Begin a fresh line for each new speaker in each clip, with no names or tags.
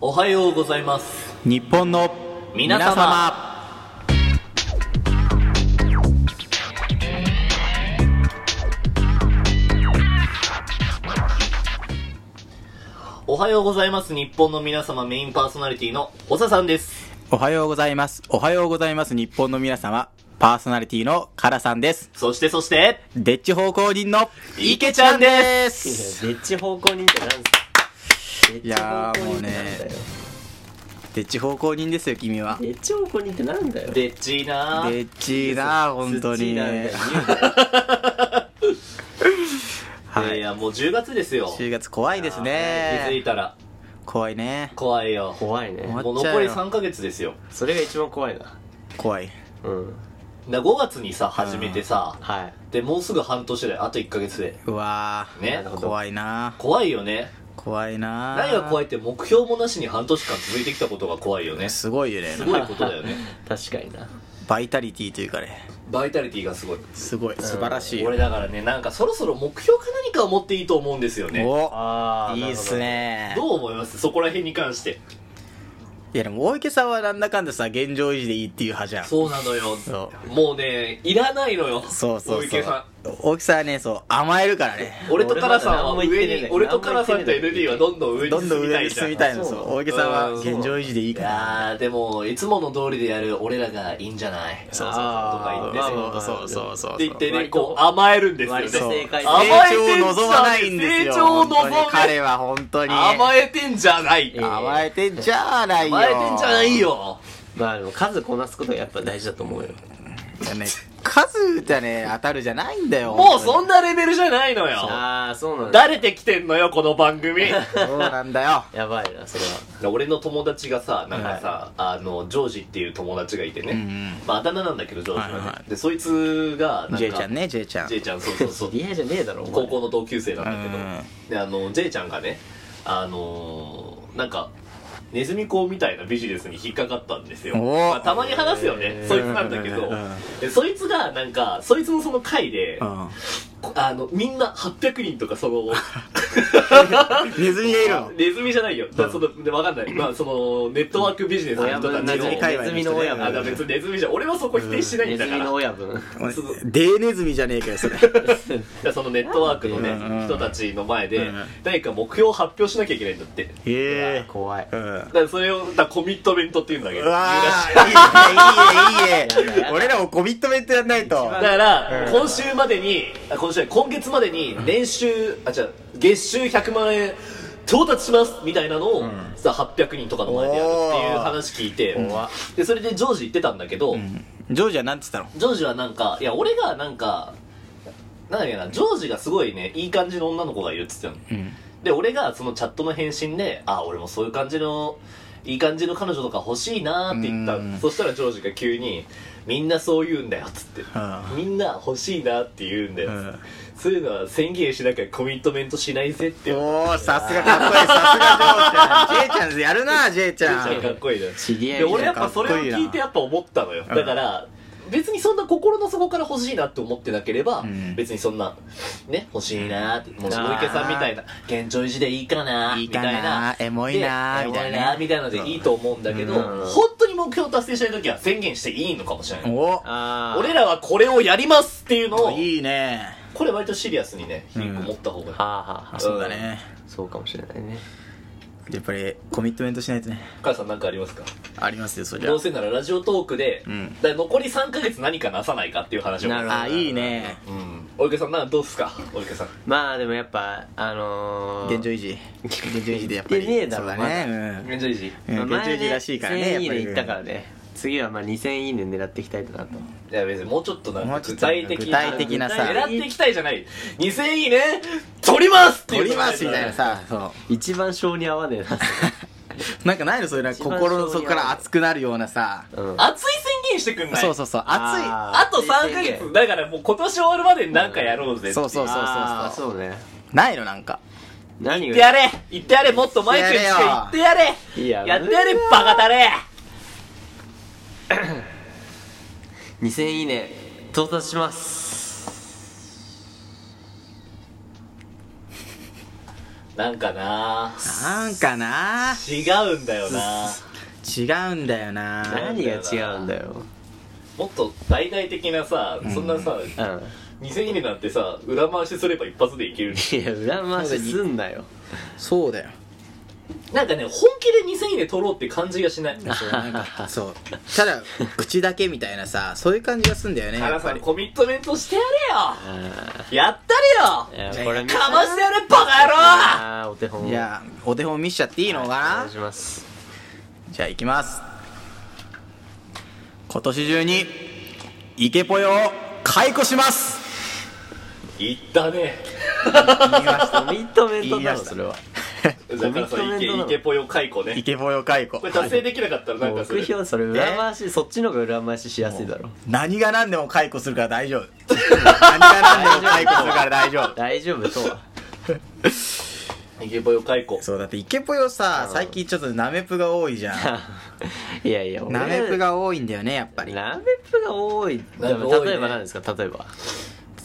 はようございます
日本の皆様
皆様おはようございます日本の皆様メインパーソナリティの保佐さんです
おはようございますおはようございます日本の皆様パーソナリティのカラさんです
そしてそして
デッチ方向人の
池ちゃんで
いやデ
す
ッチ方向人ってなんですか
いやーもうねデ
デ
ッチ方向人ですよ君は
ッチ方向人ってなんだよデ
でっ
ッチ
ちーなー
デッチーな本当に
方向人ってなんだよデッチなんだよ
はいい
やもう10月ですよ気
10月怖いです
づい
ね
たら
怖いね
怖いよ
怖いね
もう残り3ヶ月ですよ
それが一番怖いな
怖い
うん
だ5月にさ始めてさ
はい
でもうすぐ半年であと1ヶ月で
うわー
ね
なるほど
怖いな
怖いよね
怖いな
何が怖い
い
って目標もなしに半年間続いてきたことが怖いよねす
すごいよね
ごいことだよ ね
確かにな
バイタリティというかね
バイタリティがすごい
すごい素晴らしいよ
俺だからねなんかそろそろ目標か何かを持っていいと思うんですよね
お
あ
いいっすね
どう思いますそこら辺に関して
いやでも大池さんはなんだかんださ現状維持でいいっていう派じゃん
そうなのよ
そ
もうねいらないのよ
そうそうそう
小池さ
大木さんはねそう甘えるからね
ん俺とカラさんは
俺まだ何も言って
上
ねえん
に
だけど
俺とカラさんと
何も言ってね
ND はどんどん上に
どんどん
進みた
上
い
に
じゃ
進み
ん
たいの
そう
そう大池さんは
うん
現状維持でいい
い
から
やーでもいつもの通りでやる俺らがいいんじゃない
そうそう
と
そう
か言って
まあ
さ
まあまあ
そうそうそうそう
って言ってね
割
ことう甘えるんですよね
割と正解
甘
成
えてん
長を望まないんですよ
成長を望め
本当に彼は本当に
甘えてんじゃない
え
甘えてんじゃないよ
甘えてんじゃないよ
まあでも数こなすことがやっぱ大事だと思うよ
いやね数じゃね当たるじゃないんだよ
もうそん
な
なレベルじゃないのよ
ああそうなんだ
誰てきてんのよこの番 組
そうなんだよ
やばいなそれは
俺の友達がさなんかさ、あのジョージっていう友達がいてね、
うんうん
まああだ名なんだけどジョージはね、
はいはい
でそいつがなんか
J ちゃんね J ちゃん
J ちゃんそうそう そう
リアじゃねえだろお前
高校の同級生なんだけど、
うん
であの J ちゃんがねあのーなんかネズミ講みたいなビジネスに引っかかったんですよ、
おー
まあたまに話すよね
へー
そいつなんだけど、
うん
でそいつがなんかそいつのその会で、
うん
こあのみんな800人とかそ の
ネズミがいるの
ネズミじゃないよ、だそのでわかんない、まあ、そのネットワークビジネスの人たちの
ネズミ界隈
ネズミの親
あだ
分
別にネズミじゃ俺はそこ否定しない
ネ
んだ
ズ
か
ミ
ら、
の親分
デーネズミじゃねえかよそれ
でそのネットワークのね、
うん
人たちの前で、
うん
何か目標を発表しなきゃいけないんだって
へえ
怖い
うん
だからそれをだからコミットメントって言うんだけ
う
ど
わ
だ
ーいいねいいねいい
やだや
ね
だ
俺らもコミットメントやんないと
か
番
ら、
うん
今週までにあ今週今月までに年収あ違う月収100万円到達しますみたいなのを、さ800人とかの前でやるっていう話聞いてでそれでジョージ言ってたんだけど、
ジョージはなんつったの
ジョージはなんかいや俺がなんかなんだっけなジョージがすごいねいい感じの女の子がいるっつってたの、
うん
で俺がそのチャットの返信で「あ俺もそういう感じのいい感じの彼女とか欲しいな」って言った
うん
そしたらジョージが急に「みんなそう言うんだよ」っつって
う
「みんな欲しいな」って言うんだよ、
うん
そういうのは宣言しなきゃコミットメントしないぜってジ
おおさすがかっこいいさすがジョーちゃん J ちゃんやるな J ちゃ
ェイちゃんか
ん
っこいいな
知り合い
で
みたい
俺やっぱそれを
かっこいいな
聞いてやっぱ思ったのよ
うん
だから別にそんな心の底から欲しいなって思ってなければ、
ん
別にそんなね欲しいなってもう
あ
小
ー
池さんみたいな現状維持でいいかないみ
い
た
か
い
な
な
エモいな
で
みたいな
エモみたいなのでいいと思うんだけど、
うん
本当に目標達成したい時は宣言していいのかもしれない
お
あー
俺らはこれをやりますっていうのを
いいね
これ割とシリアスにね一個持った方がいい、
はあはあはあ
そうだね
そうかもしれないね
やっぱりコミットメントしないとね
母さん何かありますか
ありますよそりゃ
どうせならラジオトークで、
うん
だから残り3ヶ月何かなさないかっていう話を
なるほど
あいいね
うんお池さんなんかどうっすかお池さん
まあでもやっぱあのー、
現状維持現状維持でやっぱり
言ってねえだ
そう
ろ
だね
現状維持い
うんうん
まあ
現状維持らしいからねや
前
っ
ね
ぱ
1000い
り
いねいったからね次はまあ2000いいね狙っていきたいなと
や別にもうちょっとなん
も
か
うちょ
具
っと
体的
具体的なさ
狙っていきたいじゃない2000いいね取りますっていう
取りますみたいなさそ
一番性に合わねえな
うなんかないのそういうなんか心の底から熱くな るようなさ
うん
熱い宣言してくんない
そうそうそう熱い
あ
あ
と3ヶ月だからもう今年終わるまでになんかやろうぜ
そうそうそう
あー
そうそう
そうね
ないのなんか
言
何
っ
が
てやれ言ってやれもっとマイクにして言ってやれ
いや
やってやれバカだれ
2000いいね到達します
なんかな
なんかな
違うんだよな
違うんだよな
何が違うんだよ
もっと大々的なさ、そんなさ、
う
2002年なんてさ、裏回しすれば一発でいける。
んいや裏回しすんなよ
そうだよ
なんかね、本気で2002年取ろうって感じがしない。
そうなんかそうただ口だけみたいなさそういう感じがすんだよねや
原
っ
さ
ぱ
ん、
り
コミットメントしてやれ
あ
よやったれよ
ーい
じゃ
や
あ
これ見
かましてやれ、バカ
あーお手本
じゃあお手本見しちゃっていいのか
お願
ない
します
じゃあ行きます今年中にイケポヨを解雇します
野郎言ったね。
言いまし
コミットメン
言
ト
い
だ
ま
ろ
した
それは
だからさ、
コミ
イ
ットメント
ケ、
な
イ
の
ケポヨ解雇ね
イ。ケポヨ解雇
これ達成できなかったらなんかそ
目
れ。
標それ裏回しそっちの方が裏回ししやすいだろ
何が何でも解雇するから大丈夫 何が何でも解雇するから大丈夫
大丈夫とは
イケポヨ解雇。
そうだってイケポヨさ
うん
最近ちょっとナメプが多いじゃ ん
いやいや俺
ナメプが多いんだよねやっぱり
ラーメンプが多い
ラーメン多いね
例えば何ですか例えば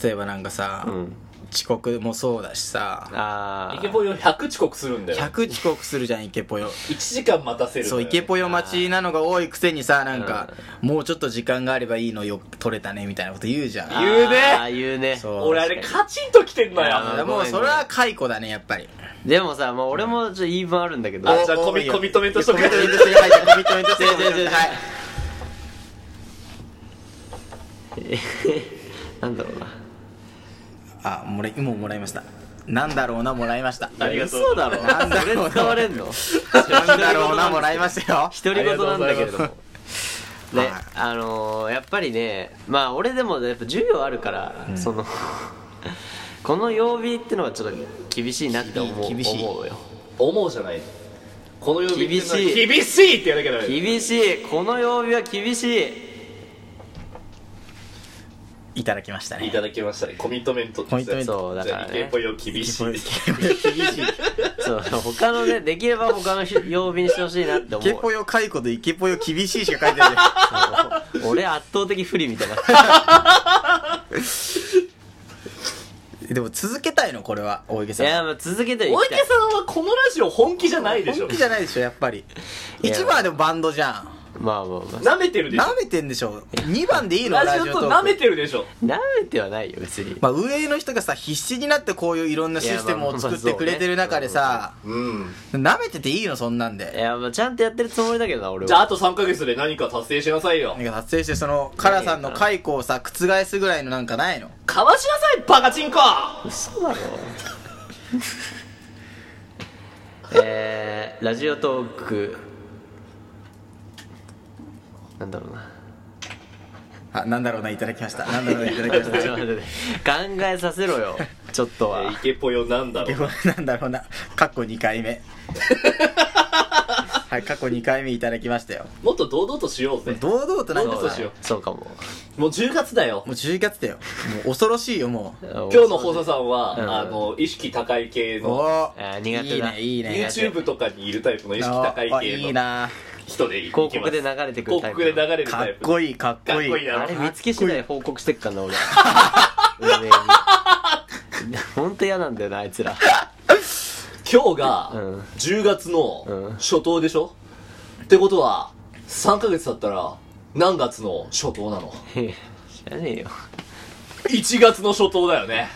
例えばなんかさ、
うん
遅刻もそうだしさ
あ
イケ
あ
ポヨ100遅刻するんだよ。
100遅刻するじゃんイケポヨ
1時間待たせるんだよ
そうイケポヨ待ちなのが多いくせにさなんか、もうちょっと時間があればいいのよ取れたねみたいなこと言うじゃん
言うね
あー言うね
そう
俺あれカチンと来てんのよ。
いや
だ
あ
からもうそれは解雇だねやっぱり
でもさもう俺もちょっと言い分あるんだけど
あじゃあコミコミットメントしとく
コミットメントしてはいじゃあコミットメントして
違う違う違 う
はい
なんだろうな
あもらいもうもらいましたなんだろうなもらいました
ありがとう
嘘だろ
なんだ
そ
ろうな
れ使われんの
なんだろうなもらいましたよ
独り言なんだけれども
ありがとうござい
ます
ね
はい
あのーやっぱりねまあ俺でもやっぱ授業あるから、そのこの曜日ってのはちょっと厳しいなって思う
厳しい
思うよ
思うじゃない。この曜日ってのは
厳しい
厳しいってやらなきゃダメ。
厳しいこの曜日は厳しい
いただきました
い
ね
ただきましたね。コミットメント。
コミットメント
そうだから
じゃあイケ
ね
ポヨ厳しい。
イケポヨ厳しい
そう他のねできれば他の日曜日にしてほしいなって
イ
思
ケ
う
ポヨ解雇とイケポヨ厳しいしか書いてない
俺圧倒的不利みたいな
でも続けたいのこれは大池
い
さん
やまあ続けてい
大
き
池
たい
さんはこのラジオ本気じゃないでしょ
本。気じゃないでしょやっぱり
いや
1番はでもバンドじゃん
まあまあま
舐めてるでしょ
舐。めてんでしょ2番でいいの
ラジオと舐めてるでしょ。
あなめてはないよ別に
まあ、上の人がさ必死になってこういういろんなシステムを作ってくれてる中でさ
うん。
舐めてていいのそんなん
い
で
やまあちゃんとやってるつもりだけどな俺は
じゃああと3ヶ月で何か達成しなさいよ
なん。か達成してそのカラさんの解雇をさ覆すぐらいのなんかないの
かわしなさい、バカチンコ
嘘だろえー、ラジオトークなんだろうな
あなんだろうないただきま したなんだろうないただきまし
ちょっと待って考えさせろよちょっとは
イケポヨなんだろ う。
たなんだろうな過去2回 目はい過去2回目いただきましたよ
もっと堂々としようぜ。
堂々となんか
どうしよう
そうかも
もう10月だよ
も。う10月だよもう恐ろしいよもう
今
今日の放送さんは、
うん
あの、意識高い系の、
お
あー苦手
いい
だ
ねいいね
YouTube とかにいるタイプの意識
あ
高い
あい
系
い
の
な
人でいきます
広告で流れてくる
広
タイプ
告で流れる
か
タイ
っ
プ。
こいいかっこいい
かっこいいな
あれ見つけ次第報告してっからな俺ホント嫌なんだよなあいつら
今日が
うん
10月
う
の
ん
初頭でしょ、ってことは3ヶ月経ったら何月の初頭なの
いや知らねえよ
?1 月の初頭だよね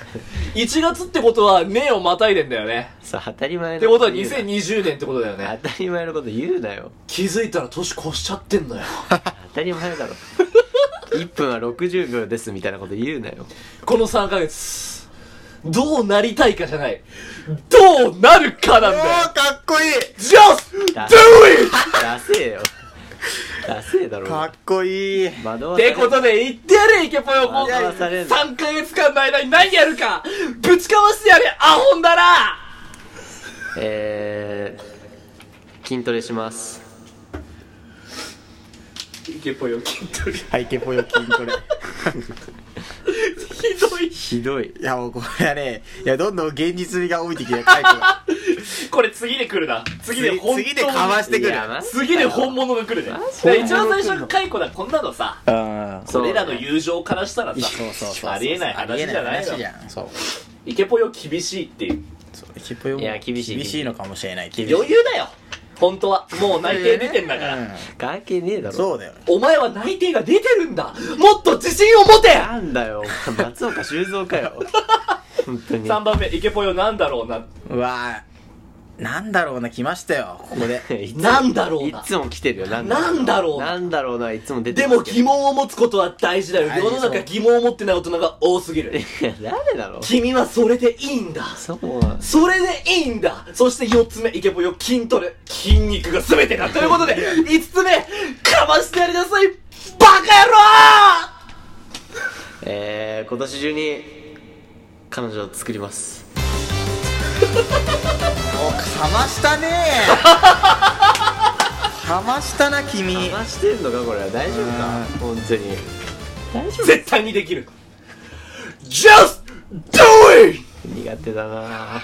1月ってことは年をまたいでんだよね
さ当たり前
っ
の
てことは
言うな
2020年ってことだよね
当たり前のこと言うなよ
気づいたら年越しちゃってんのよ
当たり前だろ1分は60秒ですみたいなこと言うなよ
この3ヶ月どうなりたいかじゃないどうなるかなん
お
だよ
ーかっこいい
Just do
だ
it!
ダセえよダセえだろ
かっこいい
惑
っ
わされ
てことで言ってやれイケポヨもう
惑わされん
3ヶ月間の間に何やるかぶちかわしてやれアホんだら
えー、筋トレします
イケポヨ筋トレ
はいイケポヨ筋 トレ
ひどい
ひどい
いやもうこれはねいやどんどん現実味が帯びてきて解雇が
これ次で来るな次で本当に
次でかわしてくる
いやな
次で本物が来るねだから一番最初の解雇だこんなのさ
うん
そう
俺らの友情からしたらさ
そうそうそうそう
ありえない話じゃない
ありえ
の
話じゃんそう
イケポヨ厳しいっていう
そうエキプも
いや厳しい
厳しいのかもしれない厳しい
余裕だよ本当はもう内定出てんだから、
うん
関係ねえだろ
そうだよ
お前は内定が出てるんだもっと自信を持て
なんだよお前松岡修造かよ 本当に
3番目イケポヨなんだろうな
うわーなんだろうな来ましたよここで
いつも
なんだろう
い
な
つも来てるよなん
なんだろうな
なんだろうないつも出て
で
ます
も
け
疑問を持つことは大事だよ
大事
世の中疑問を持ってない大人が多すぎる
どいや誰だろう
君はそれでいいんだ
そうなん
それでいいんだそして4つ目、イケボよ、筋トレ。筋肉が全てだということで、5つ目、かましてやりなさいバカ
えー、今年中に彼女を作ります
おかましたねかましたな君
騙してんのかこれ大丈夫か本当に大丈
野郎絶対にできる !Just do it!
夫苦手だな